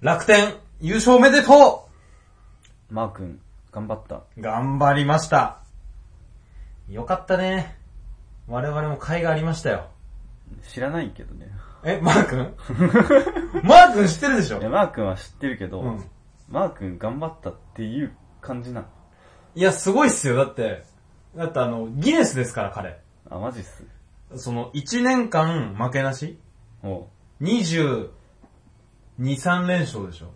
楽天、優勝おめでとマー君、頑張った。う頑張りました。よかったね。我々も甲斐がありましたよ。知らないけどね。え、マー君 マー君知ってるでしょいや、マー君は知ってるけど、うんマー君頑張ったっていう感じなの。いや、すごいっすよ。だって、だってあの、ギネスですから、彼。あ、マジっす。その、1年間負けなしお ?22、3連勝でしょ。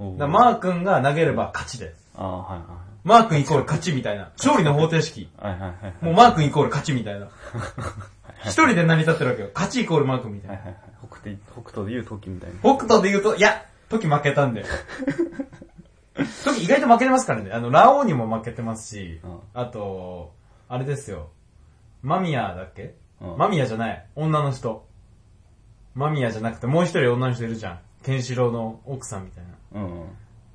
うおうだからマー君が投げれば勝ちで。あはマー君イコール勝ちみたいな。勝利の方程式。いはい。はいはいはいはい。もうマー君イコール勝ちみたいな。一人で成り立ってるわけよ。勝ちイコールマー君みたいはいな。はいはい。北斗、北斗で言う時みたいな。北斗で言うと、いや、時負けたん で。時意外と負けてますからね。あの、ラオウにも負けてますしうん、あと、あれですよ。マミヤだっけうんマミヤじゃない。女の人。マミヤじゃなくて、もう一人女の人いるじゃん。ケンシロウの奥さんみたいな。うんうん。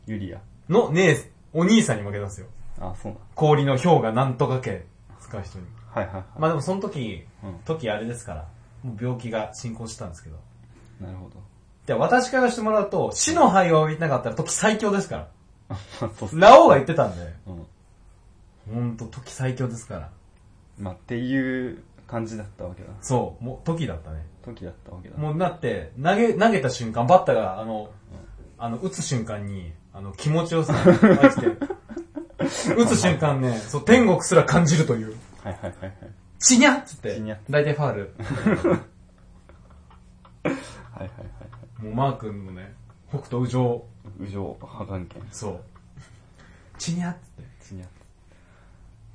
ユリア。の姉、お兄さんに負けたんですよ。あ、そうな氷の氷河なんとか系使う人に。の。はいはいはまあでもその時うん、時あれですから、もう病気が進行してたんですけど。い。なるほど。で、私からしてもらうと、死の灰を浴びてなかったら時最強ですから。あ、まあそうっす。ラオウが言ってたんで、うん。ほんと時最強ですから。まあ、っていう感じだったわけだ。そう、もう時だったね。時だったわけだ。もうだって、投げ、投げた瞬間、バッタが、あの、あの、打つ瞬間に、あの、気持ちよさが入って、打つ瞬間ね、そう、天国すら感じるという。はいはいはいはい。チニャっつってチニャ、大体ファール。はいはいはいもうマー君のね、北斗右上、はい。右上、破眼剣。そう。チニャっつって。っちにゃっ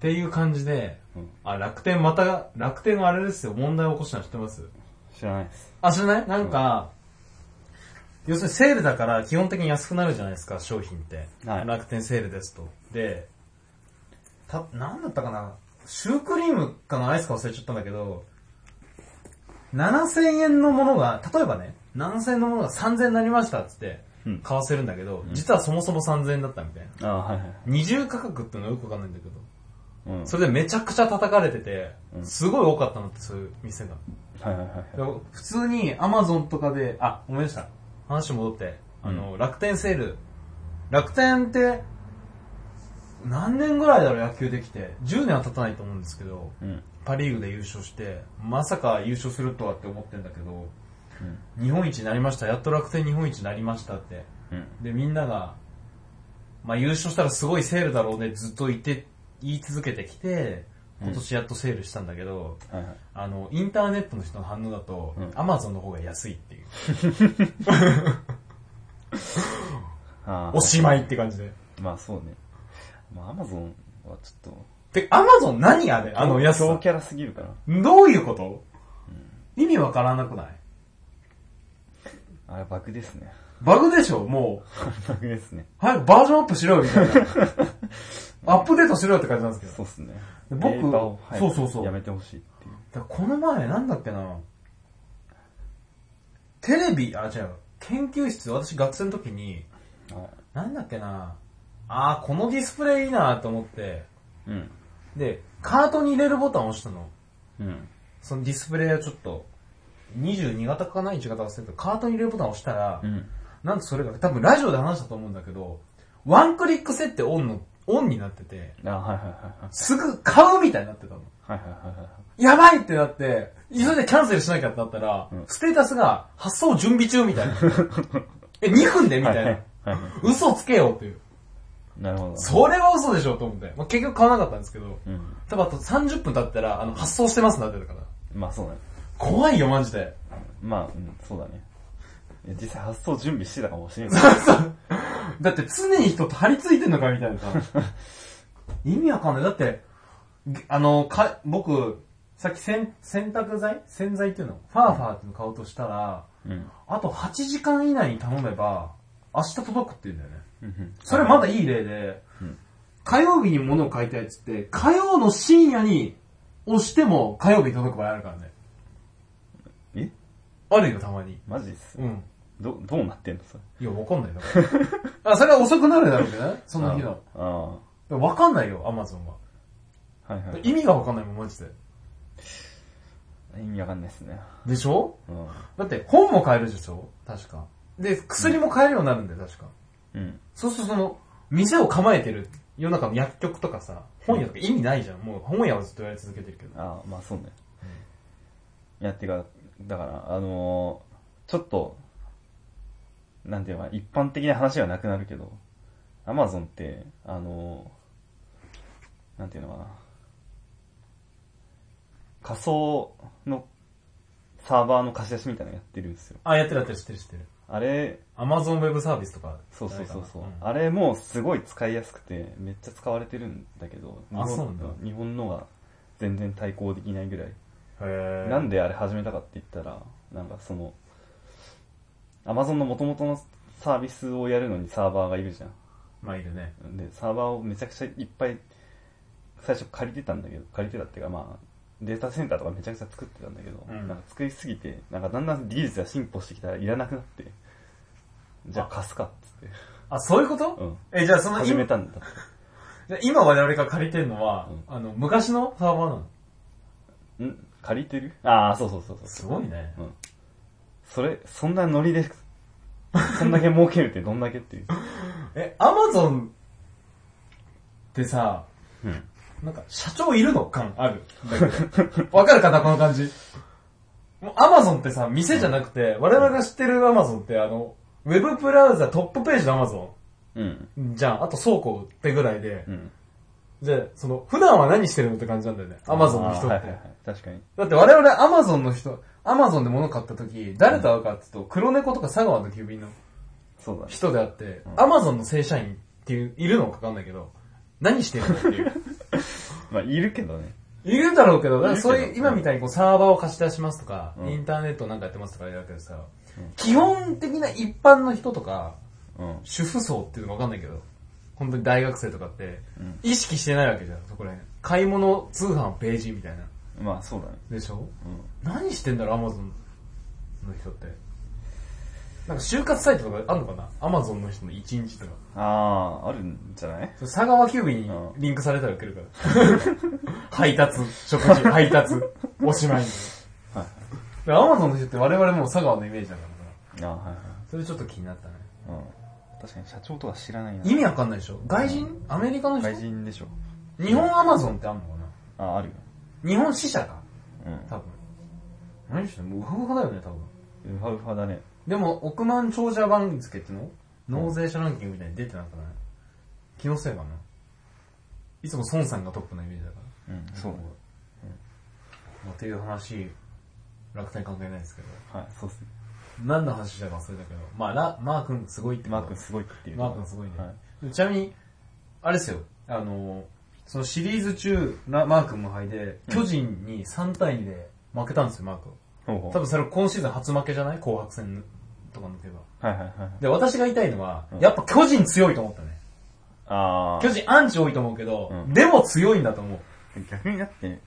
ていう感じで、うんあ、楽天また、楽天があれですよ、問題起こしたの知ってます知らないです。あ、知らないなんか、要するにセールだから基本的に安くなるじゃないですか、商品って。はい楽天セールですと。で、た、なんだったかなシュークリームかなアイスか忘れちゃったんだけど、7000円のものが、例えばね、7000円のものが3000円になりましたっつってうん、買わせるんだけど、実はそもそも3000円だったみたいな。あはいはい。二重価格っていうのはよくわかんないんだけど、うん。はいそれでめちゃくちゃ叩かれててう、んすごい多かったのってそういう店が。はいはいはい。でも普通にアマゾンとかで、あ、思い出した。話戻って、あの、楽天セール。楽天って、何年ぐらいだろう、野球できて。10年は経たないと思うんですけど、うん。パリーグで優勝して、まさか優勝するとはって思ってんだけど、うん。日本一になりました、やっと楽天日本一になりましたって。うん。で、みんなが、まあ優勝したらすごいセールだろうね、ずっと言って、言い続けてきて、今年やっとセールしたんだけど、はいはい。あの、インターネットの人の反応だと、うんアマゾンの方が安いっていう。あーおしまいって感じで。まあそうね。まあアマゾンはちょっと、て、アマゾン何あれあの安強さ。キャラすぎるから。どういうこと、意味わからなくないあれバグですね。 バグでしょもう、バグですね。早くバージョンアップしろよみた いな。アップデートしろよって感じなんですけど。そうっすね。僕データを早くそうそうそうやめてほしいっていう。だからこの前、なんだっけな。テレビ、あ、違う。研究室、私学生の時に、はなんだっけな。あー、このディスプレイいいなと思って、い。うん。で、カートに入れるボタンを押したの。うん。そのディスプレイをちょっと、22型かな ?1 型忘れてカートに入れるボタンを押したら、うん。なんとそれが、多分ラジオで話したと思うんだけど、ワンクリック設定オンの、オンになってて、あはいはいはいはい。すぐ買うみたいになってたの。はいはいはいはい。やばいってなって、急いでキャンセルしなきゃってなったら、うんステータスが発送準備中みた いな。え、2分でみたいな。はいはいはいは嘘つけよっていう。い。なるほど。それは嘘でしょと思って。まあ、結局買わなかったんですけど、うん。多分あと30分経ったら、あの、発送してますなってたから。まあそうだね。怖いよ、マジで。まあ、うん、そうだね。いや実際発送準備してたかもしれない。 だって常に人と張り付いてんのかみたいなさ。 意味わかんない。だって、げあの、か、僕、さっき洗洗濯剤洗剤っていうのファーファーっていうの買おうとしたら、うん。あと8時間以内に頼めば、明日届くって言うんだよね。うんそれまだいい例でうん、火曜日に物を買いたいっつって、火曜の深夜に押しても火曜日に届く場合あるからね。えあるよ、たまに。マジっすうん。ど、どうなってんのそれ。いや、わかんないよ。 あ、それは遅くなるだろうけどね。その日の。ああ。わかんないよ、アマゾンは。はいはい。意味がわかんないもん、マジで。意味わかんないっすね。でしょうん。だって、本も買えるでしょ確か。で、薬も買えるようになるんだよ、確か。うん。そうするとその、店を構えてる世の中の薬局とかさ、本屋とか意味ないじゃん。もう本屋はずっとやり続けてるけど。ああ、まあそうね。いや、てか、だから、あのー、ちょっと、なんていうのかな、一般的な話はなくなるけど、アマゾンって、あのー、なんていうのかな、仮想のサーバーの貸し出しみたいなのやってるんですよ。あ、やってるやってる、知ってる知ってる。あれ、 Amazon Web サービスとか。そうそうそうそう、じゃないかなあれもすごい使いやすくて、めっちゃ使われてるんだけど、あ日本そうなんだ日本のが全然対抗できないぐらい。うんへーなんであれ始めたかって言ったら、なんかその、アマゾンの元々のサービスをやるのにサーバーがいるじゃまあいるね。ん。で、サーバーをめちゃくちゃいっぱい、最初借りてたんだけど、借りてたっていうかまあ、データセンターとかめちゃくちゃ作ってたんだけど、うんなんか作りすぎて、なんかだんだん技術が進歩してきたらいらなくなって、じゃあ貸すかっつって、あ、そういうこと、うんえ、じゃあその、始今めたんだって。じゃあ今我々が借りてるのは、うんあの、昔のサーバーなのん借りてるああ、そうそうそうそう。すごいね。うん。それ、そんなノリで、そんだけ儲けるってどんだけっていう。え、アマゾンってさ、うん。なんか社長いるの感ある。わかるかな、この感じ。もうアマゾンってさ、店じゃなくて、我々が知ってるアマゾンってあの、ウェブブラウザトップページのアマゾうん。ンじゃん。あと倉庫ってぐらいでう。ん。じゃあ、その、普段は何してるのって感じなんだよね。アマゾンの人って。あーはいはいはい。確かに。だって我々アマゾンの人、アマゾンで物買った時、誰と会うかって言うと、黒猫とか佐川の急便のそうだね。人であってう、んアマゾンの正社員っていう、いるのかわかんないけど、何してるのっていう。まあ、いるけどね。いるだろうけど、だからそういいるう、けど今みたいにこうサーバーを貸し出しますとか、うんインターネットなんかやってますとかあれだけどさ、うん基本的な一般の人とか、うん。主婦層っていうのかわかんないけど、本当に大学生とかってうん、意識してないわけじゃん、そこら辺。買い物通販ページみたいな。まあ、そうだね。でしょうん。何してんだろう、アマゾンの人って。なんか就活サイトとかあんのかなアマゾンの人の1日とか。ああ、あるんじゃない佐川急便にうんリンクされたら受けるから。配達、食事、配達、おしまいみはいはいたいな。アマゾンの人って我々もう佐川のイメージだからさ。ああ、はいそれちょっと気になったね。はい。うん。確かに社長とか知らないな。意味わかんないでしょ外人アメリカの人外人でしょ。日本アマゾンってあんのかなああ、あるよ。日本支社か。うん。多分。何してんのもうウハウハだよね、多分。ウハウハだね。でも、億万長者番付っての納税者ランキングみたいに出てなくない気のせいかないつも孫さんがトップのイメージだから。うん、そうだね。まあ、っていう話、楽天関係ないですけど。はい、そうっすね。何の話したか忘れたけど。まあ、ラマー君すごいってこマとー君すごいっていう。マー君すごいねはい。ちなみに、あれですよ。あのー、そのシリーズ中、ラマー君無敗で、巨人に3対2で負けたんですよ、マー君。ほうほう多分それ今シーズン初負けじゃない紅白戦とか抜けば。はいはいはい。で、私が言いたいのはう、んやっぱ巨人強いと思ったね。あ巨人アンチ多いと思うけど、うんでも強いんだと思う。あ、逆になって、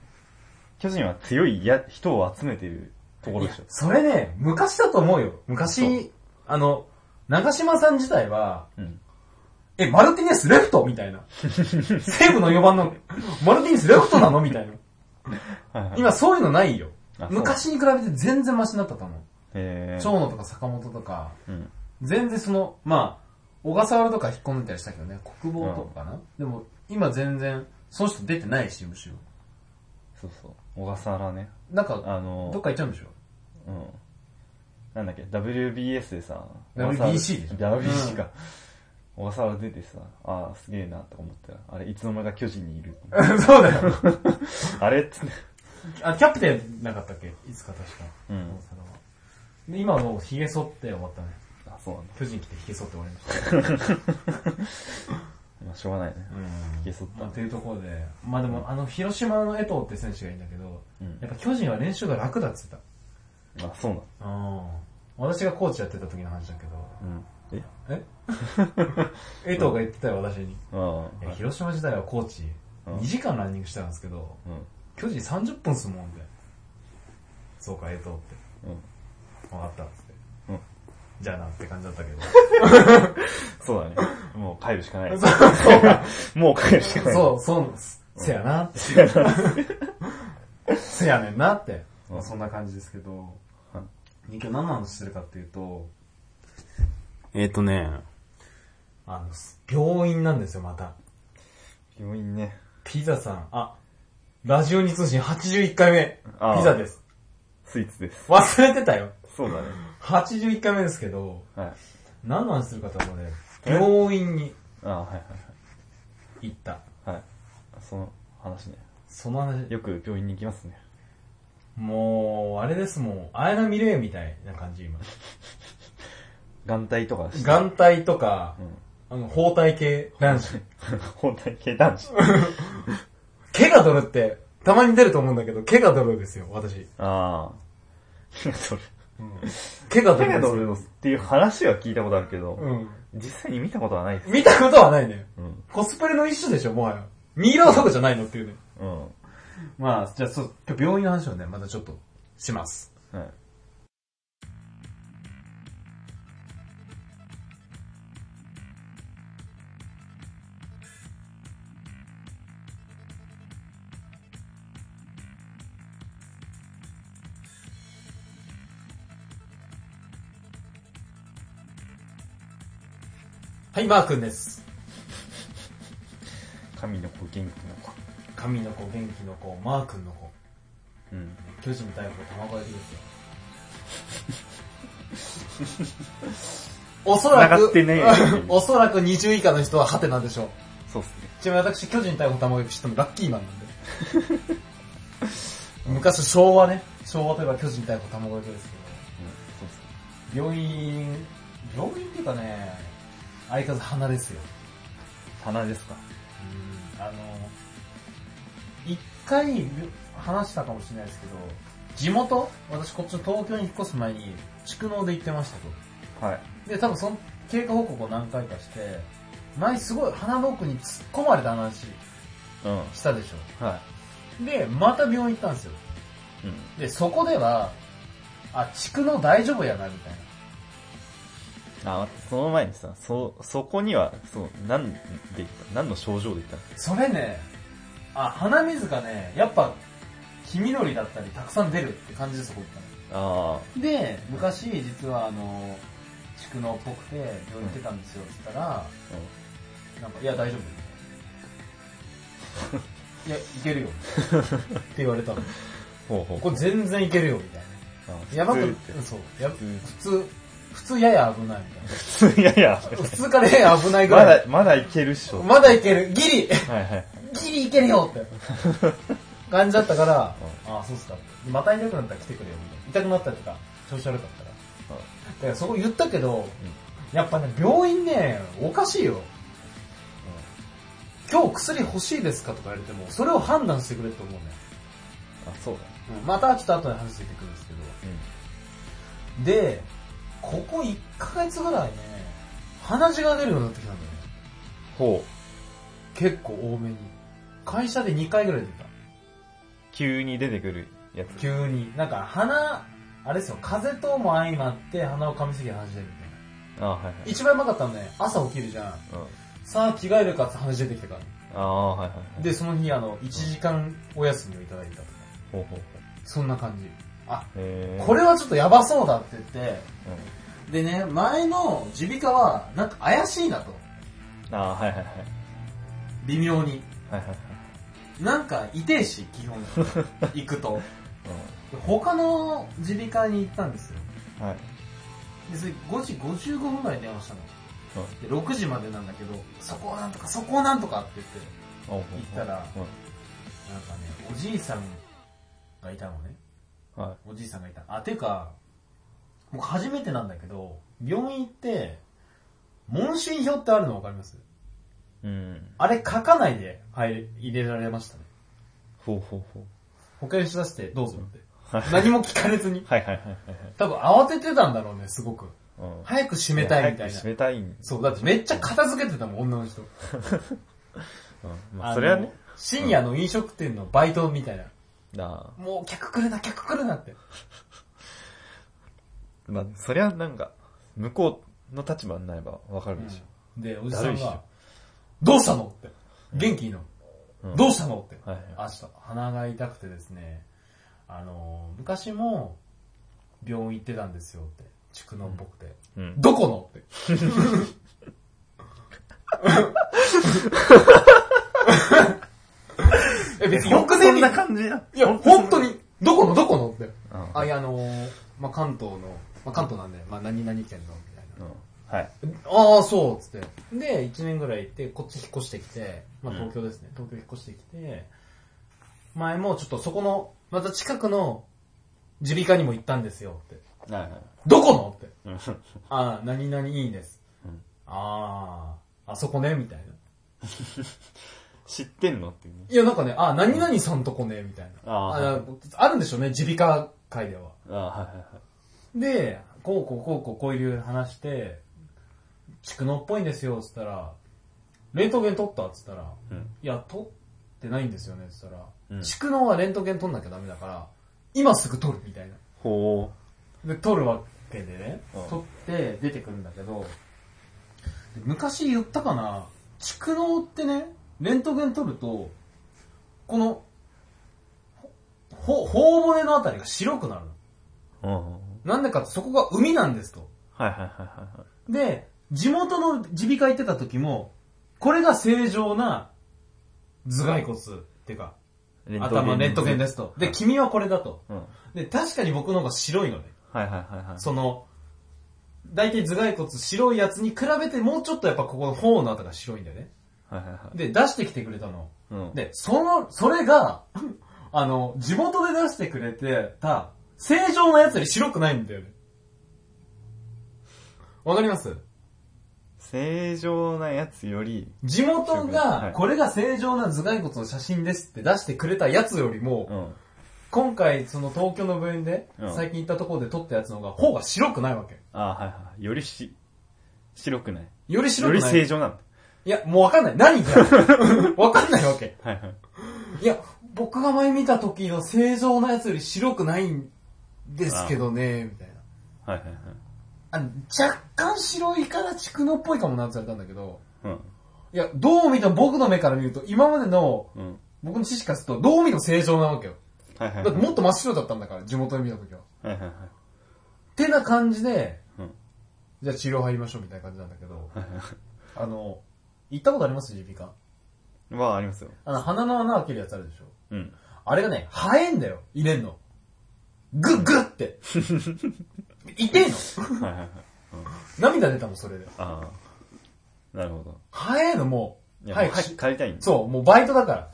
巨人は強いや人を集めてるところでしょいや。それね、昔だと思うよ。そ昔、あの、長島さん自体は、うん。え、マルティネスレフトみた いな。西武の4番の、マルティネスレフトなのみたいな。はいはい。今そういうのないよあ。そう昔に比べて全然マシになったと思う。えー。長野とか坂本とか、うん。全然その、まあ、小笠原とか引っ込んでたりしたけどね、国防とかかな。でも、今全然、その人出てないし、むしろ。そうそう。小笠原ね。なんか、あのどっか行っちゃうんでしょうん。なんだっけ、WBS でさ、 WBC でしょ WBC か。小笠原出てさ、ああ、すげえなとか思ったら、あれ、いつの間にか巨人に いる。そうだよ。あれっつって。あ、キャプテンなかったっけいつか確か。うん大阪はで今はもう髭剃って終わったね。あ、そうなんだ。巨人来て髭剃って終わりました。まあ、しょうがないね。うん髭剃ったまあっていうところで、まあでも、あの、広島の江藤って選手がいいんだけど、うんやっぱ巨人は練習が楽だっつってあ、そうなんだ。た。うん。私がコーチやってた時の話だけど、うん。ええ 江藤が言ってたよ、私に。あいあ。や広島時代はコーチ、うん2時間ランニングしてたんですけど、うん。巨人30分っすもんで。そうか、江藤って。うん。分かったっつって。うん。じゃあなって感じだったけど。 そうだね。もう帰るし かない。そうもう帰るしかない。そう、そうなんです。せやなって。せやねんなって。うんまあそんな感じですけどはい。今日何の話してるかっていうと、えっ、とね、あの、病院なんですよ、また。病院ね。ピザさん、あ、ラジオに通信81回目。あーピザです。スイーツです。忘れてたよ。そうだね。 81回目ですけど、はい。何の話するかと思うね。え病院にああ、はいはい行った。はい。はい。その話ね。その話、よく病院に行きますね。もう、あれですもん、綾波レイみたいな感じ、今。眼帯とかして。眼帯とかう、ん。あの、包帯系男子。 本体系男子。ケガドルって、たまに出ると思うんだけど、ケガドルですよ、私。ああ。それ。ケガドだルけですど、よ。っていう話は聞いたことあるけど、うん。実際に見たことはないです。見たことはないね。うん。コスプレの一種でしょ、もはや。ミイラ男じゃないのっていうね。うん。まあ、じゃあ、そう、今日病院の話をね、またちょっと、します。はい。はい、マー君です。神の子、元気の子。神の子、元気の子、マー君の子。うん。巨人対抗卵焼き ですよ。おそら繋く、がってねえ おそらく20以下の人はハテナでしょう。そうっすね。ちなみに私、巨人対抗卵焼き知ったのラッキーマンなんで。昔、昭和ね。昭和といえば巨人対抗卵焼きですけうん。ど、そうっすね。病院、病院っていうかね、相変わらず鼻ですよ。鼻ですかうんあの、一回話したかもしれないですけど、地元、私こっちの東京に引っ越す前に、蓄能で行ってましたはい。と。で、多分その経過報告を何回かして、前すごい鼻の奥に突っ込まれた話うん。したでしはょ。で、また病院行ったんですよ。い。うん。で、そこでは、あ、蓄能大丈夫やな、みたいな。あ、待ってその前にさ、そ、そこには、そう、なんで言った何の症状で言ったのそれね、あ、鼻水がね、やっぱ、黄緑だったり、たくさん出るって感じです、そこ行ったの。あで、昔、実はあの、蓄能っぽくて病院行ってたんですよって言ったら、あ、なんか、いや大丈夫。いや、いけるよ。って言われたの。うん。ほうほう。これ全然いけるよ、みたいな。やばく普通、そう。や普通普通、普通やや危ないみたいって いやいや、な。普通からやや危ないぐまらいだ。、まだいけるっしょ。まだいけるギリはいはい。ギリいけるよって感じだったから、ああ、そうっすかって。また痛くなったら来てくれよ、みたいな。痛くなったりとか、調子悪かったら。だからそこ言ったけど、やっぱね、病院ね、おかしいよ。今日薬欲しいですかとか言われても、それを判断してくれって思うね。あ、そうだ。またちょっと後で話してくるんですけど。で、ここ1ヶ月ぐらいね、鼻血が出るようになってきたんだよね。ほう。結構多めに。会社で2回ぐらい出た。急に出てくるやつ。急に。なんか鼻、あれですよ、風邪とも相まって鼻を噛みすぎて鼻血出るみたいな。あはいはい。一番うまかったのね、朝起きるじゃん。うん。さあ着替えるかって話出てきたから。ああ、はいはい。、で、その日、あの、1時間お休みをいただいたとか。ほうほうほう。そんな感じ。あ、へーこれはちょっとやばそうだって言って、うんでね、前の耳鼻科は、なんか怪しいなと。ああ、はいはいはい。微妙に。はいはいはい。なんか痛えし、基 本。行くと。う他の耳鼻科に行ったんですよ。ん。はい。で、それ5時55分ぐらいに電話したの。うん。で、6時までなんだけど、そこをなんとか、そこをなんとかって言って、ほうほうほう行ったらうなんかね、おじいさんがいたのね。ん。はい。おじいさんがいた。あ、てか、僕初めてなんだけど、病院行って、問診票ってあるのわかりますうん。あれ書かないで入れ入れられましたね。ほうほうほう。保険しだしてどうぞって。はい何も聞かれずに。はいはいはいはい多分慌ててたんだろうね、すごく。はい。うん。早く閉めたいみたいな早く。閉めたいん。そう、だってめっちゃ片付けてたもん、女の人。うん。まあ、それはあのね。深夜の飲食店のバイトみたいな。なあ。もう客来るな、客来るなって。まあ、そりゃなんか、向こうの立場になればわかるでしで、おじさだるんいっしがょ、どうしたのって。元気いいの、ょ。うんどうしたのって。はいは明い。日、鼻が痛くてですね、あのー、昔も、病院行ってたんですよって。蓄能っぽくて。うん。どこのって。 え、別に抑制そんに、な感じだ。いや、本当に、どこのどこのって。うんあ、いや、あのー、まあ、関東の、まあ、関東なんで、まあ、何々県の、みたいな。うんはい。ああ、そう、つって。で、1年ぐらい行って、こっち引っ越してきて、まあうん東京ですね、東京引っ越してきて、前もちょっとそこの、また近くの、耳鼻科にも行ったんですよ、って。はいはい。どこのって。うん ああ、何々いいです。うんああ、あそこね、みたいな。知ってんのっていうね。いや、なんかね、ああ、何々さんとこね、みたいな。あーああるんでしょうね、耳鼻科界では。あはいはいはい。で、こうこうこうこうこういう話して、蓄能っぽいんですよ、つったら、レントゲン取ったっつったら、うん。いや、取ってないんですよね、つったら、うん蓄能はレントゲン取んなきゃダメだから、今すぐ取るみたいな。ほで、取るわけでねうん、取って出てくるんだけど、で昔言ったかな、蓄能ってね、レントゲン取ると、この、ほ、頬骨のあたりが白くなるの。う。うん。なんでかってそこが海なんですと。はいはいはいはいはい。で、地元の耳鼻科行ってた時も、これが正常な頭蓋骨っていうか、頭レントゲンですと。で、君はこれだと。うん。はいで、確かに僕の方が白いのね。はいはいはい。その、大体頭蓋骨白いやつに比べてもうちょっとやっぱここの頬のあたりが白いんだよね。はいはいはい。で、出してきてくれたの。うん。で、その、それが、 あの、地元で出してくれてた、正常なやつより白くないんだよね。わかります正常なやつより、地元はいが、これが正常な頭蓋骨の写真ですって出してくれたやつよりうも、ん。今回その東京の病院でうん、最近行ったところで撮ったやつの方が、頬が白くないわけ。あはいはい。よりし、白くない。より白よくりない。正常なんだ。いや、もうわかんない。何が わかんないわけ。はいはい。いや、僕が前見た時の正常なやつより白くないんですけどね、みたいな。はいはいはい。あ若干白いから蓄能っぽいかもなって言われたんだけど、うん。いや、どう見ても僕の目から見ると、今までのうん。僕の知識からすると、どう見ても正常なわけよ。はいはいだっはてい。もっと真っ白だったんだから、地元で見た時は。はいはいはい。てな感じで、うん。じゃあ治療入りましょうみたいな感じなんだけど、はいはいはあの、行ったことあります耳鼻科。い。まあ、ありますよ。あの、鼻の穴開けるやつあるでしょ。うん。あれがね、生えんだよ、入れんの。グッグッって。痛えのはいはいはい。うん涙出たもん、それで。ああ。なるほど。生えんの、も。いうや、早く早くし、帰りたいんだ。そう、もうバイトだ から。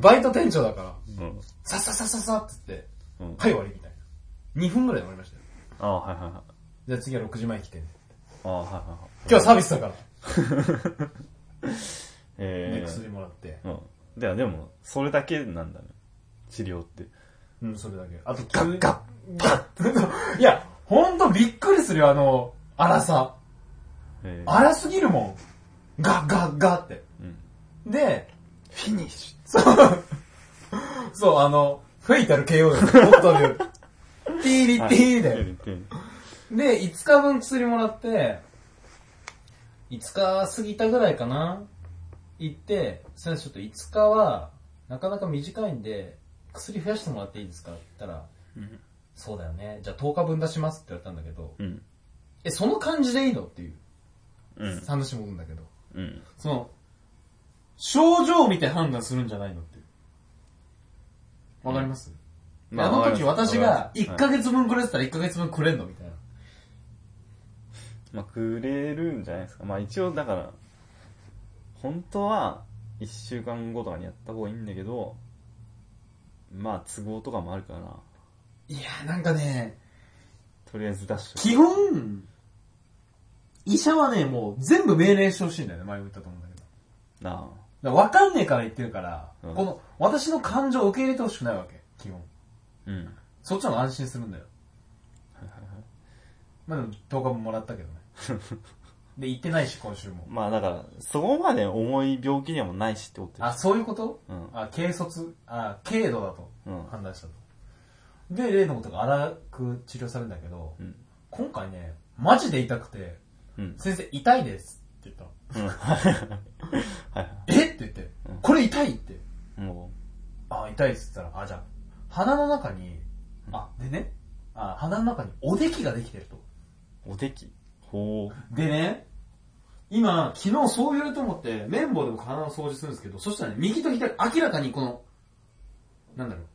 バイト店長だから、うん。さっさっさっさっさって言って、うん。はい終わりみたいな。2分ぐらいで終わりましたよ。ああ、はいはいはい。じゃあ次は6時前に来てね。ああ、はいはいはい。今日はサービスだから。で、え薬もらって。え。うん。ではでも、それだけなんだね。治療って。うん、それだけ。あと、ガッガッ、パッいや、ほんとびっくりするよ、あの、荒さ。ええ。荒すぎるもん。ガッガッガッって。うん。で、フィニッシそう、あの、フェイタル KO です。本当に。ティーリュティーだよ。よ。で、5日分薬もらって、5日過ぎたぐらいかな行って、先生ちょっと5日は、なかなか短いんで、薬増やしてもらっていいですかって言ったら、うんそうだよね。じゃあ10日分出しますって言われたんだけど、うん。え、その感じでいいのっていううん。話もあるんだけど、うん。その、症状を見て判断するんじゃないのっていう。わかります、まあ、の時わかります私が1わかりまヶ月分くれてたら1ヶ月分くれんのみたいな。すまあ、くれるんじゃないですか。まあ、一応、だから、本当は、一週間後とかにやった方がいいんだけど、まあ、都合とかもあるから、いやーなんかね、とりあえず出しとく基本、医者はね、もう全部命令してほしいんだよね、前も言ったと思うんだけど。なだから分かんねえから言ってるから、うんこの、私の感情を受け入れてほしくないわけ、基本。あ。うん。はいそっちの方が安心するんだよ。はいはい。まあでも、10日ももらったけどね。で、行ってないし、今週も。まあ、だから、そこまで重い病気でもないしってことあ、そういうこと、うんあ、軽率、あ、軽度だとうん判断したと。で、例のことが荒く治療されるんだけど、うん。今回ね、マジで痛くて、うん。先生痛いですって言ったの。うん。 はいはえって言って、うんこれ痛いって。い。もあ、痛いっつったら、あ、じゃあ、鼻の中に、あ、でね、あ鼻の中におできができてると。おできほう。でね、今、昨日そう言われると思って、綿棒でも体の掃除するんですけど、そしたらね、右と左、明らかにこの、なんだろう、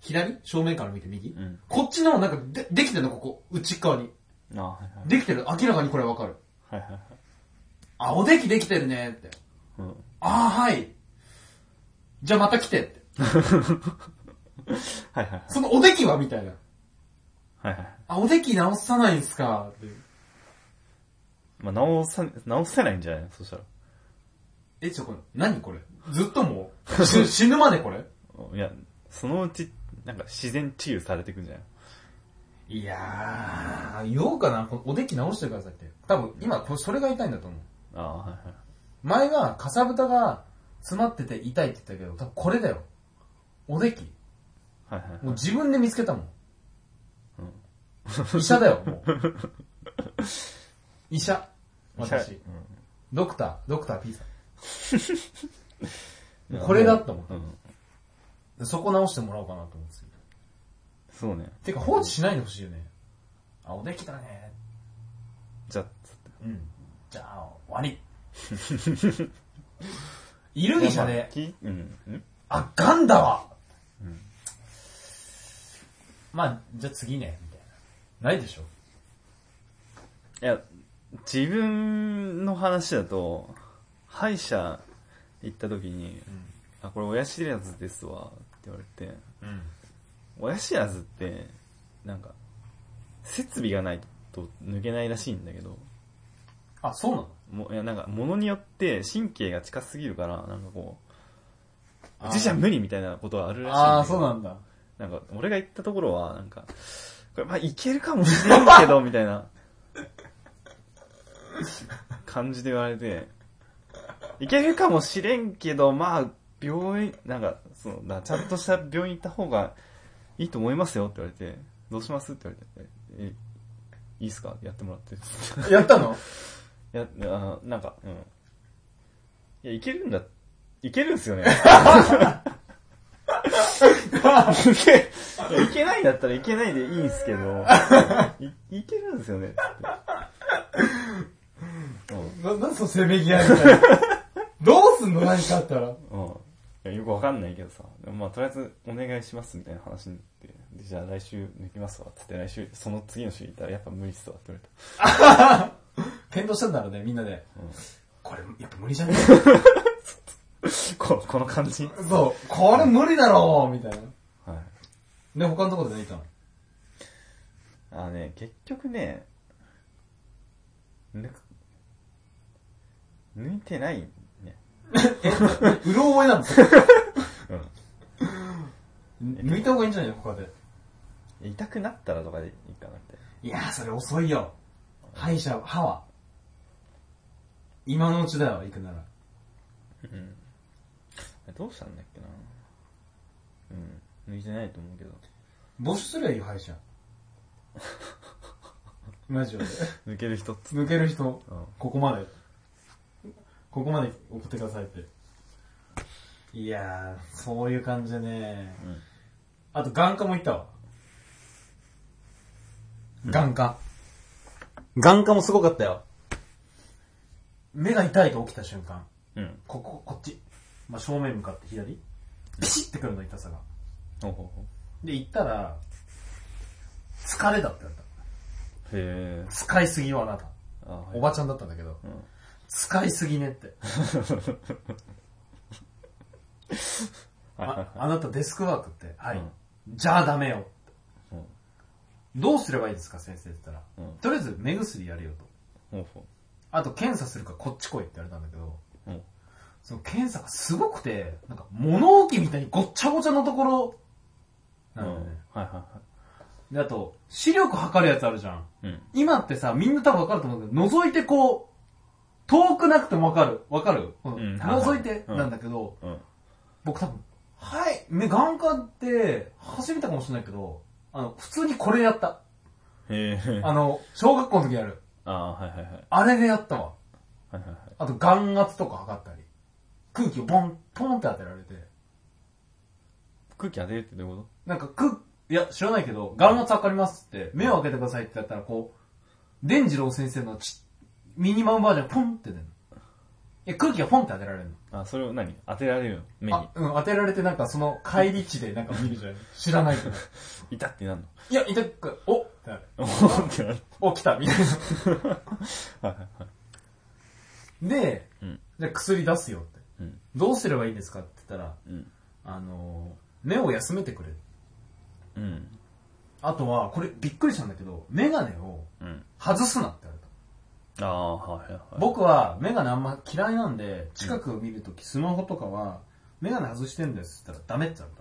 左正面から見て右、うん。こっちの、なんかで、できてるの、ここ、内っ側に。あ、はいできてる、明らかにこれわかる。はい。はいはいはい。あ、おできできてるねって。うん。あーはい。じゃあまた来てって。はいはいはい。そのおできはみたいな。はいはい。あ、おでき直さないんすかっていう。まあ、直さ、直せないんじゃないそしたら。え、ちょ、これ、何これずっともう、 し死ぬまでこれいや、そのうち、なんか自然治癒されてくんじゃないいやー、言おうかな、このおでき直してくださいって。多分、今、こそれが痛いんだと思う。ああ、はいはい。前が、かさぶたが詰まってて痛いって言ったけど、多分これだよ。おでき。はいはいはい。もう自分で見つけたもん。うん医者だよ、もう。 医者。う私ん。ドクター、ドクター P さん。これだと思っうん。た。そこ直してもらおうかなと思って。そうね。てか放置しないでほしいよね。あ、おできたね。じゃあ、つってうん。じゃあ、終わ り。いる医者で、きうん。うんあ、ガンだわ、まあ、じゃあ次ね、みたいな。ないでしょ。いや、自分の話だと、歯医者行った時に、あ、これ親知らずですわ、って言われて、うん。親知らずって、なんか、設備がないと抜けないらしいんだけど、あ、そうなのもいやなんか、ものによって神経が近すぎるから、なんかこう、うちじゃ無理みたいなことはあるらしいんだけど。あー、そうなんだ。なんか、俺が行ったところは、なんか、これまあいけるかもしれんけど、みた いな、感じで言われて、いけるかもしれんけど、まあ、病院、なんか、その、なちゃんとした病院行った方がいいと思いますよって言われて、どうしますって言われて、え、いいっすかやってもらって。やったのいや、あなんか、うん。いや、いけるんだ、いけるんすよね。いけいやいけないんだったらいけないでいいんすけど、いいけるんですよね。ってな、なんでそのせめぎ合いみたいな。どうすんの何かあったら。うん。うんいやよくわかんないけどさ、でもまあとりあえずお願いしますみたいな話になって、でじゃあ来週抜きますわ、つって来週、その次の週行ったらやっぱ無理っすわって言われた。検討したんだろうね、みんなで。うんこれ、やっぱ無理じゃねここの感じ。 そう、これ無理だろうみたいな。はい。で、他のところで抜いたの。あのね、結局ね、抜く、抜いてないね。うろ覚えなんですよ。う抜いた方がいいんじゃないの他で。ん。痛くなったらとかでいいかなって。いやー、それ遅いよ。歯医者、歯は。今のうちだよ、行くなら。うん。どうしたんだっけなうん。抜いてないと思うけど。募集すりゃいいよ、歯医者。ラジオで。抜ける人っつ。抜ける人、うん。ここまで。ここまで送ってくださいって。いやー、そういう感じでね。うん。あと、眼科も行ったわ。眼科。眼科もすごかったよ。目が痛いと起きた瞬間。うん。ここ、こっち。まあ、正面向かって左ピシッてくるの、痛さが。ほうほうほで、行ったら、疲れだってなった。う。へえ。使いすぎよ、あなた。あ、はいおばちゃんだったんだけど、うん。使いすぎねって。はいはいあはあなたデスクワークって、はい。うんじゃあダメよ。い。うん。どうすればいいですか、先生って言ったら。うんとりあえず目薬やるよと。ほうほあと検査するからこっち来いって言われたんだけど、う。うん。その検査がすごくて、なんか物置みたいにごっちゃごちゃのところ、なうんのはいね。はいはで、あと、視力測るやつあるじゃん。い。うん。今ってさ、みんな多分わかると思うけど、覗いてこう、遠くなくてもわかる。わかる、うんうん覗いてうんなんだけど、うん。僕多分、はい、目眼科って、初めてかもしれないけど、あの、普通にこれやった。へえ。あの、小学校の時やる。ああ、はいはいはい。あれでやったわ。はいはいはい。あと眼圧とか測ったり。空気をボン、ポンって当てられて。空気当てるってどういうこなんか空、いや、知らないけど、ガラナツわかりますって、目を開けてくださいってやったら、こう、伝次郎先生のちミニマムバージョンポンって出るの。いや、空気がポンって当てられるの。あ、それを何当てられるの目にあ。、うん、当てられてなんかその帰り地でなんか見るじゃん。知らないけど。いたってなんの いや、いたっか、おってなる おーってなる。お、来たみたい はいはいはい。な。で、うんじゃあ薬出すよって。うん。どうすればいいんですかって言ったら、うん。あのー目を休めてくれる。うん。あとは、これびっくりしたんだけど、メガネをうん。外すなって言われた。ああ、はいはいはい。僕はメガネあんま嫌いなんで、近くを見るときスマホとかは、メガネ外してるんですって言ったらダメって言わ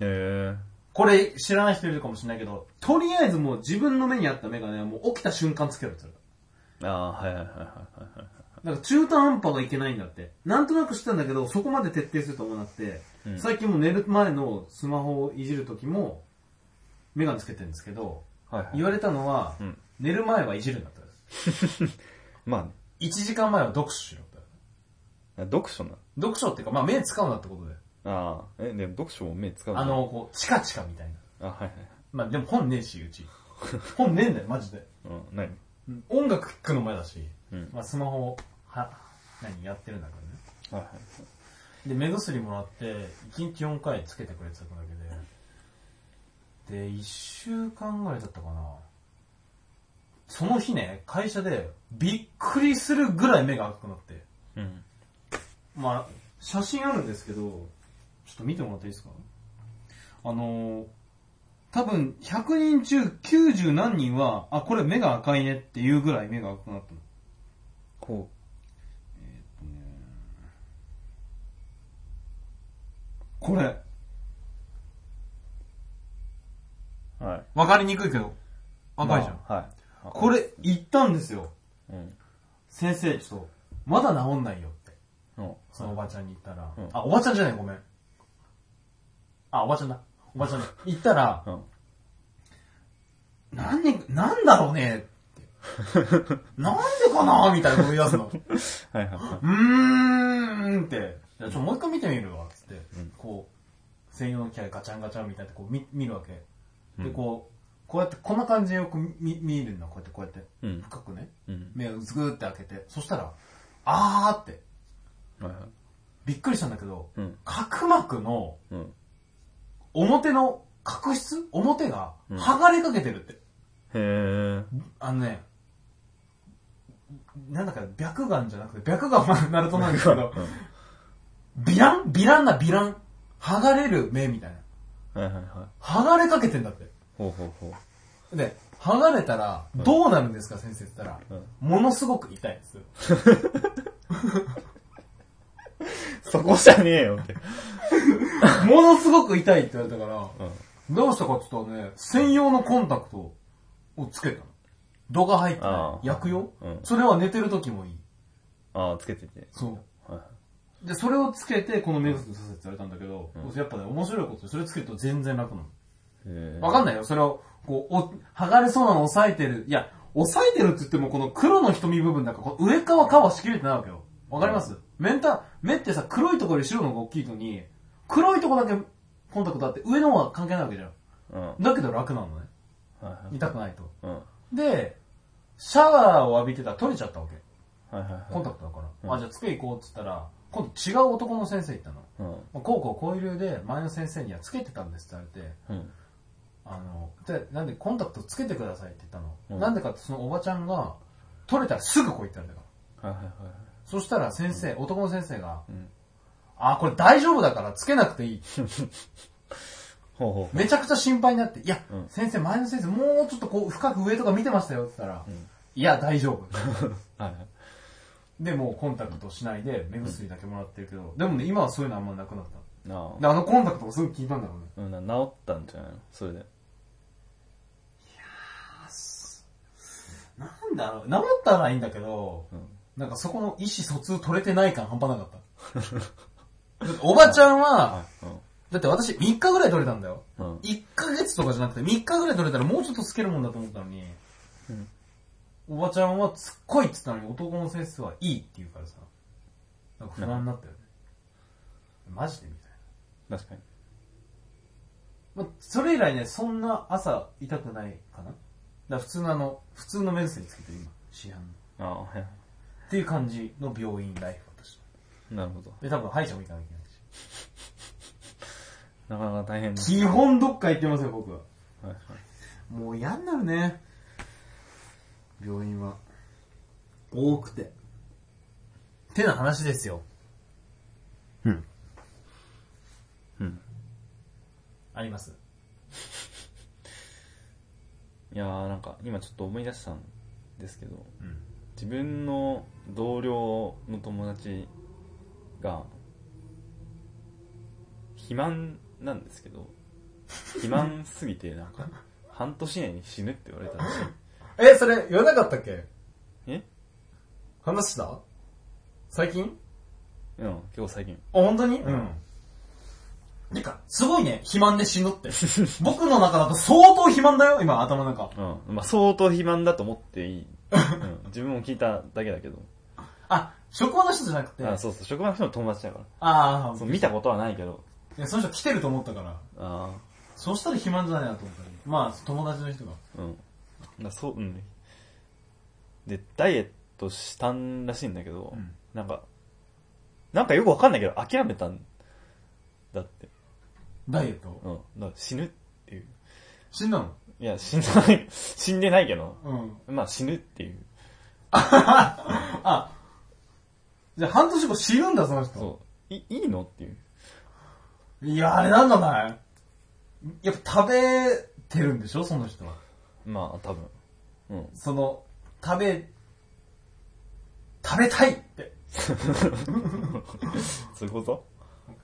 れた。へこれ知らない人いるかもしれないけど、とりあえずもう自分の目にあったメガネはもう起きた瞬間つけろって言われた。え。ああ、はいはいはいはいはいはい。なんか中途半端がいけないんだって。なんとなく知ってたんだけど、そこまで徹底すると思わなくて、うん最近も寝る前のスマホをいじるときも、メガネつけてるんですけど、はいはい。言われたのは、うん寝る前はいじるんだって。まあね、 1時間前は読書しろって。読書な。読書っていうか、まあ目使うなってことで。ああ、え、でも読書も目使うのあ、の、こう、チカチカみたいな。あ、はいはい。まあでも本ねえし、うち。本ねえんだよ、マジで。うん、何うん音楽聴くの前だし、うん。まあスマホ、は、何やってるんだからね。はいはい。で、目薬もらって、1日4回つけてくれてただけで、で、1週間ぐらいだったかな。その日ね、会社でびっくりするぐらい目が赤くなって。うん。まあ、写真あるんですけど、ちょっと見てもらっていいですかあのー、多分100人中90何人は、あ、これ目が赤いねっていうぐらい目が赤くなったの。ここれ、う。はい。わかりにくいけど、赤いじゃん。まあはい。あこ。れ、言ったんですよ。うん。先生、ちょっと、まだ治んないよって、うん。そのおばちゃんに言ったら、うんあ、おばちゃんじゃない、ごめん。あ、おばちゃんだ。おばちゃんだ。言ったら、うん。なんで、なんだろう ねって。なんでかなみたいなこと言い出すの。うはいはいはーんって。じゃあちょ、もう一回見てみるわ。つって、うんこう、専用の機械ガチャンガチャンみたいなこう見見るわけ。い。で、こう、こうやって、こんな感じでよく見見るの。こうやって、こうやって。うん。うん。深くね。うん。目をうずぐーって開けて。そしたら、あーって。はいはい。びっくりしたんだけど、うん。角膜のうん。表の角質表がうん剥がれかけてるって。へえ。あのね、なんだか白眼じゃなくて、白眼はナルトなんですけど、ビランビランなビラン。剥がれる目みたいな。はいはいはい。剥がれかけてんだって。ほうほうほで、剥がれたら、どうなるんですか、先生って言ったら、う。うん。ものすごく痛いんですよ。そこじゃねえよって。ものすごく痛いって言われたから、うん。どうしたかって言ったらね、専用のコンタクトをつけたの。度が入ってあない。ー薬用、うんそれは寝てる時もいい。ああ、つけてて。そはいはう。で、それをつけて、この目薬させて言われたんだけど、うんやっぱね、面白いことで、それつけると全然楽なの。い。へえ。わかんないよ、それを、こう、お、剥がれそうなの押さえてる。いや、押さえてるって言っても、この黒の瞳部分だから、こう上側カバーしきれてないわけよ。わかります、メンタ、目ってさ、黒いところより白の方が大きいのに、黒いところだけコンタクトあって、上の方は関係ないわけじゃん。うん。はいだけど楽なのね。はい。痛くないと。うん。はで、シャワーを浴びてたら取れちゃったわけ。いはいはい。コンタクトだから。うんあ、じゃあつけ行こうって言ったら、今度違う男の先生行ったの。うん。まあこうこうこういう理由で前の先生にはつけてたんですって言われて、うん。あの、で、なんでコンタクトつけてくださいって言ったの。うんなんでかってそのおばちゃんが、取れたらすぐこう言ったんだから。はいはいはい。そしたら先生、男の先生が、うん。あ、これ大丈夫だからつけなくていい。ほうほう。めちゃくちゃ心配になって、いや、うん先生、前の先生、もうちょっとこう深く上とか見てましたよって言ったら、うんいや、大丈夫。はいはい。で、もうコンタクトしないで、目薬だけもらってるけど、でもね、今はそういうのあんまなくなった。あで、あのコンタクトもすぐ効いたんだろうね。あ。うん、な治ったんじゃないのそれで。なんだろう、治ったらいいんだけど、うん。なんかそこの意思疎通取れてない感半端なかった。だっておばちゃんは、だって私3日ぐらい取れたんだよ。うん。うん。 1ヶ月とかじゃなくて3日ぐらい取れたらもうちょっとつけるもんだと思ったのに、うんおばちゃんはつっこいって言ったのに男の先生はいいって言うからさ、なんか不安になったよね。マジでみたいな。確かに。まあ、それ以来ね、そんな朝痛くないかな。だから普通のあの、普通のメルセにつけてる今、市販の。ああ、はっていう感じの病院ライフ、私は。い。なるほど。で、多分歯医者も行かなきゃいけないし。なかなか大変です。基本どっか行ってますよ、僕は。はいはい。もう嫌になるね。病院は。多くて。てな話ですよ。うん。うん。あります。いやーなんか今ちょっと思い出したんですけど、うん。自分の同僚の友達が、肥満なんですけど、肥満すぎて なんか、半年以内に死ぬって言われたらしい。え、それ言わなかったっけえ話した最近うん、今日最近。あ、本当にうん。てか、すごいね、肥満で死ぬって。僕の中だと相当肥満だよ、今、頭の中。うん。まあ、相当肥満だと思っていい。うん。自分も聞いただけだけど。あ、職場の人じゃなくて。あ、そうそう、職場の人の友達だから。あーそう、見たことはないけど。いやその人来てると思ったから。あそうしたら肥満じゃないなと思ったのまあ、友達の人が。あ、うん。だそう、うん。で、ダイエットしたんらしいんだけど、うんなんか、なんかよくわかんないけど、諦めたんだって。ダイエットうん。だから死ぬっていう。死んだのいや、死んでない、 死んでないけど、うん。まあ死ぬっていう。あ、じゃあ半年後死ぬんだ、その人。そう。い、いいのっていう。いや、あれなんだないやっぱ食べてるんでしょ、その人は。まあ、多分。うん。その、食べ、食べたいって。そういうこと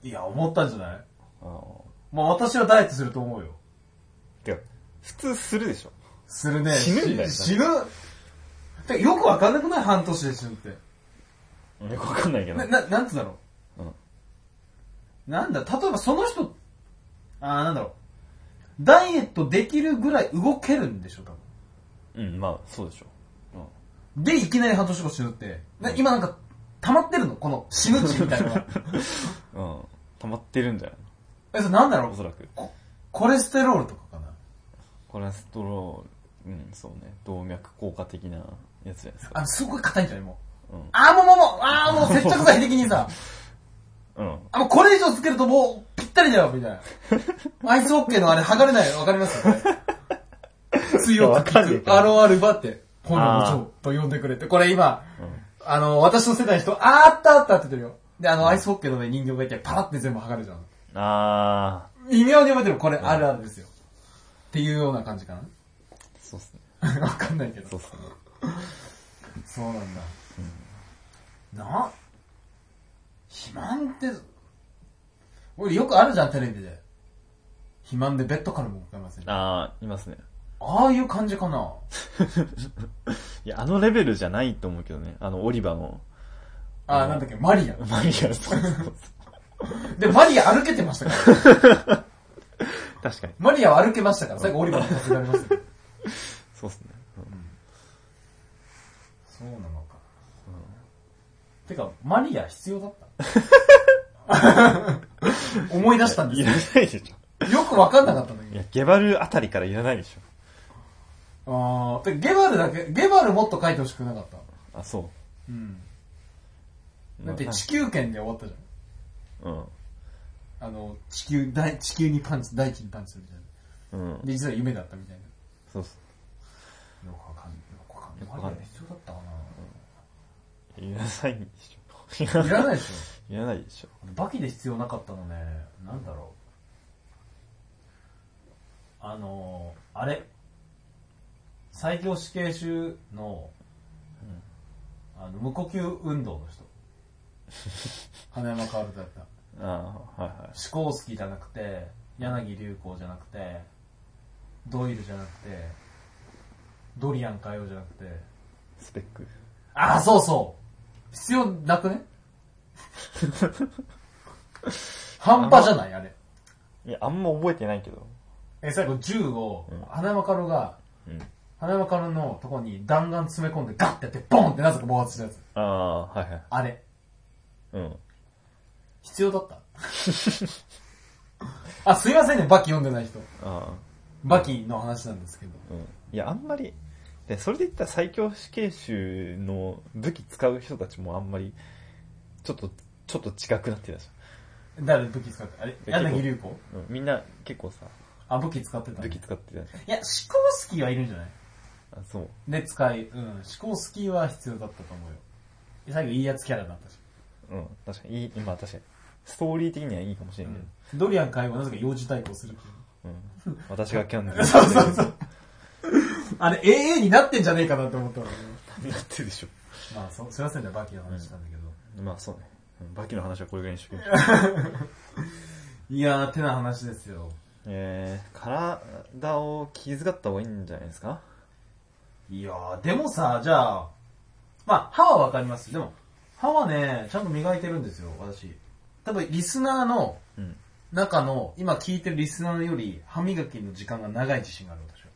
いや、思ったんじゃないあまあ私はダイエットすると思うよ。あ。てか、普通するでしょ。するね。死ぬんだよし死ぬ。てかよくわかんなくない半年で死ぬって。よくわかんないけど。な、な、なんつうんだろうん。う。なんだ、例えばその人、あーなんだろう。ダイエットできるぐらい動けるんでしょ、多分。うん、まあ、そうでしょ。うん。で、いきなり半年後死ぬって。な今なんか、溜まってるのこの死ぬ血みたい な。うん。溜まってるんじゃないえ、それなんだろおそうらく。こコレステロールとかかな。コレステロール、うん、そうね。動脈硬化的なやつじゃないですか。あ、すごい硬いんじゃないもう。うんあーもうもうもう、あーもう接着剤的にさ、うん。あ、もうこれ以上つけるともうぴったりだよ、みたい な。アイスホッケーのあれ剥がれないよ、わかりますよ、これ強わくかるよ効く、アロアルバって、炎の女王と呼んでくれて。これ今、あの、私の世代の人、あーあったあったって言ってるよ。で、あの、アイスホッケーの上に人形がいて、パラって全部剥がれちゃうの。あ微妙に覚えてるこれあるあるですよ。っていうような感じかー、そうっすね。な わかんないけそどう。っすね。そうなんだ。な肥満って、俺よくあるじゃん、テレビで。肥満でベッドからも動かません。ああー、いますね。あいう感じかな。いや、あのレベルじゃないと思うけどね。あの、オリバの。ああ、なんだっけ、マリア。マリア、そうそうそう。で、マリア歩けてましたから。確かに。マリアは歩けましたから、最後オリバーに助けられますよ。そうっすね。そうなのか。てか、マリア必要だった 思い出したんうでんすよいらないでしょ。 よくわかんなかったんだけいど。や、ゲバルあたりからいらないでしょ。ああ、てかゲバルだけ、ゲバルもっと書いてほしくなかった。あ、そうん。う。だってまあ地球圏で終わったじゃん。あの、地球、大地球にパンチ、大地にパンチするみたいな。うん。うん。で、実は夢だったみたいそうっす。な。よくわかんない。よくわかんよくわマかんなリいア必要だったかいらないでなしょ。いらないでしいらないでしょ。ょ。バキで必要なかったのね、なんだろう。あのー、あれ。最強死刑囚の、あの、無呼吸運動の人。花山薫だった。ああ、はいはい。シコースキーじゃなくて、柳流行じゃなくて、ドイルじゃなくて、ドリアン海洋じゃなくて、スペック。ああ、そうそう必要な くね半端じゃないあれ。いや、あんま覚えてないけど。え、最後銃を、花山カロが、うん。花山カロのとこに弾丸詰め込んでガッてやって、ボンってなぜか暴発したやつ。ああ、はいはい。あれ。うん。 必要だったあ、すいませんね、バキ読んでない人。あバキの話なんですけど。あ、うん。いや、あんまり、でそれで言ったら最強死刑囚の武器使う人たちもあんまり、ちょっと、ちょっと近くなってたじ誰武器使って、あれ結構柳流子ゃん。うん。みんな結構さ、あ、武器使ってた。武器い使ってたじゃん。や、シコースキーはいるんじゃないあ、そう。で、使い、うん、シコースキーは必要だったと思うよ。最後いいやつキャラになったし。うん。確かに、いい、まあ確かに。ストーリー的にはいいかもしれんけど。ドリアン会はなぜか幼児対抗するっていう。うん。私がキャンディー。 そうそう そう。 あれ、AA になってんじゃねえかなって思ったのね。なってるでしょ。まあ、そすいませんね、バキの話なんだけど。まあそうね。うんバキの話はこれぐらいにしと きましょう。いやー、てな話ですよ。えー、体を気遣った方がいいんじゃないですかいやー、でもさ、じゃあ、まあ、歯はわかります。でも、歯はね、ちゃんと磨いてるんですよ、私。多分、リスナーのうん。中の、今聞いてるリスナーより、歯磨きの時間が長い自信がある、私は。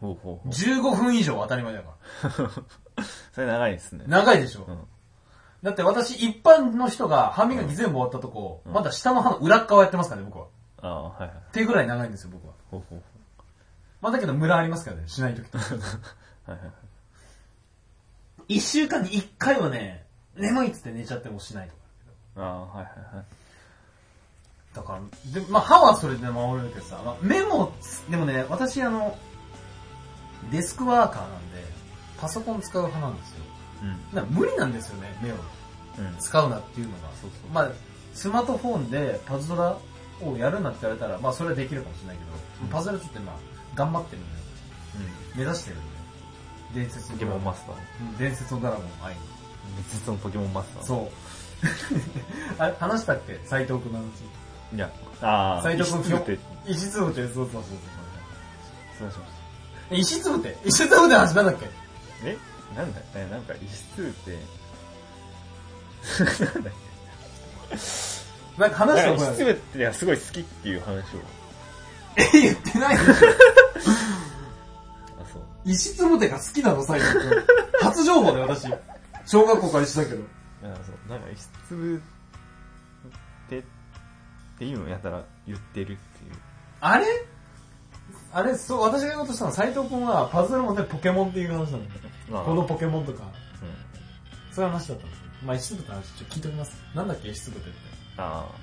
ほうほうほう。 15分以上は当たり前だかそれ長いですねら。。長いでしょ。うんだって私、一般の人が歯磨き全部終わったとこ、うんまだ下の歯の裏っ側やってますからね、僕は。ああ、はいはい。っていうぐらい長いんですよ、僕は。ほうほうまあ、だけどムラありますからね、しないときと。ほう。はいはい。一週間に一回はね、眠いっつって寝ちゃってもしないとか。ああ、はいはいはい。だから、で、まあ、歯はそれで守れるけどさ、まあ、目も、でもね、私あの、デスクワーカーなんで、パソコン使う派なんですよ。うん。だから無理なんですよね、目をうん。使うなっていうのが。そうそうまあ、スマートフォンでパズドラをやるなって言われたら、まあ、それはできるかもしれないけど、パズドラってまあ、頑張ってるんで、目指してるんで。伝説ポのケドラモゴンンマスター。うん伝説のドラゴン愛に。実のポケモンマスター。そう。 あれ、話したっけ斎藤君の話。う。いや、ああ、斎藤君石って、石粒って、そうそうそう失礼しましそう。石粒って、石粒って話なんだっけた。えなんだえなんか石通って、なんだっなんかけ話したなん覚か石え通ってがすごい好きっていう話を。ある。え、言ってないあ、そう。石粒ってが好きなの、斎藤君。初情報だよ、私。小学校から一緒だけど。あそうなんか石粒ってっていうのをやたら言ってるっていうあれあれ、そう、私が言おうとしたのは、斎藤君はパズルもね、ポケモンっていう話なんだけど。まあこのポケモンとか、うん、そういう話だったんですよ。まあ石粒って話、ちょっと聞いておきます。なんだっけ、石粒ってって。ああ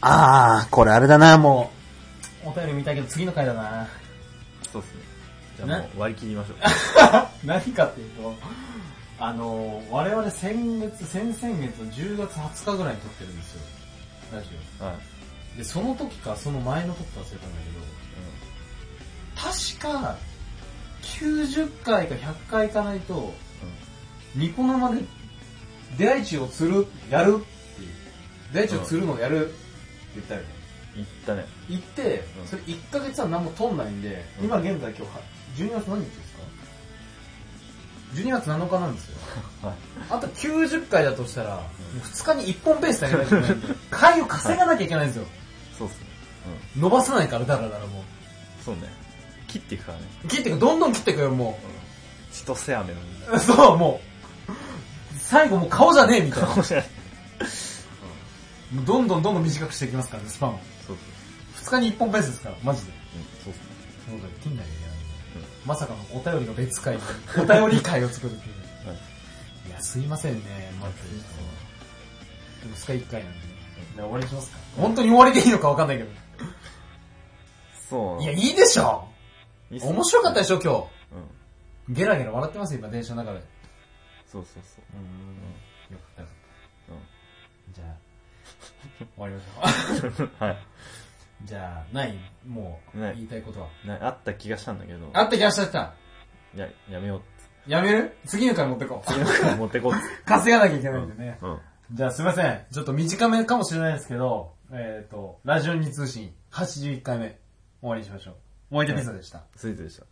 あー、これあれだな、もう。お便り見たいけど、次の回だな。そうですねじゃあもねう割り切りましょう 何かっていうと、あのー、我々先月、先々月の10月20日ぐらいに撮ってるんですよ。ラジはい、オ。で、その時かその前の時か忘れたんだけど、確か、90回か100回いかないと、ニコ生で出会い地を釣る、やるっていう。出会い地を釣るのをやるって言ったよね。うん、いったね行ってう、んそれ1ヶ月は何も取んないんで、うん今現在今日は、12月何日ですか ?12 月7日なんですよ。 はいあと90回だとしたら、2日に1本ペースで上げないといけ ないんで、回を稼がなきゃいけないんですよ。そうっすね伸ばさないから、だらだらもうんそうね切っていくからねう。切ってく、どんどん切ってくよ、も千歳飴の問題う。 そう、もう。最後もう顔じゃねえみ たいな。面白いもうどんどんどんどん短くしていきますからね、スパンを。そうっすね2日に1本ペースですから、マジで。うんそうっすねそうだよ、切んなきゃいけない。うんまさかのお便りの別会、お便り会を作るっていう。はいいや、すいませんね、まず。でも、スカイ1回なんで。じゃあ終わりにしますか。本当に終わりでいいのかわかんないけど。そういや、いいいでしょいっすね面白かったでしょ、今うん日。ゲラゲラ笑ってますよ、今、電車の中で。そうそうそううん。よかったよかうんった。じゃあ、終わりましょ はう。じゃあ、ないもう、ない言いたいことは。いなあった気がしたんだけどあった気がしたした。いややめようやめる次の回持ってこう。次の回持ってこうっつっ 稼がなきゃいけてないんでね。うんうんじゃあすいません。ちょっと短めかもしれないですけど、えっ、と、ラジオに通信81回目終わりにしましょう。お相手ピザでした。スイーツでした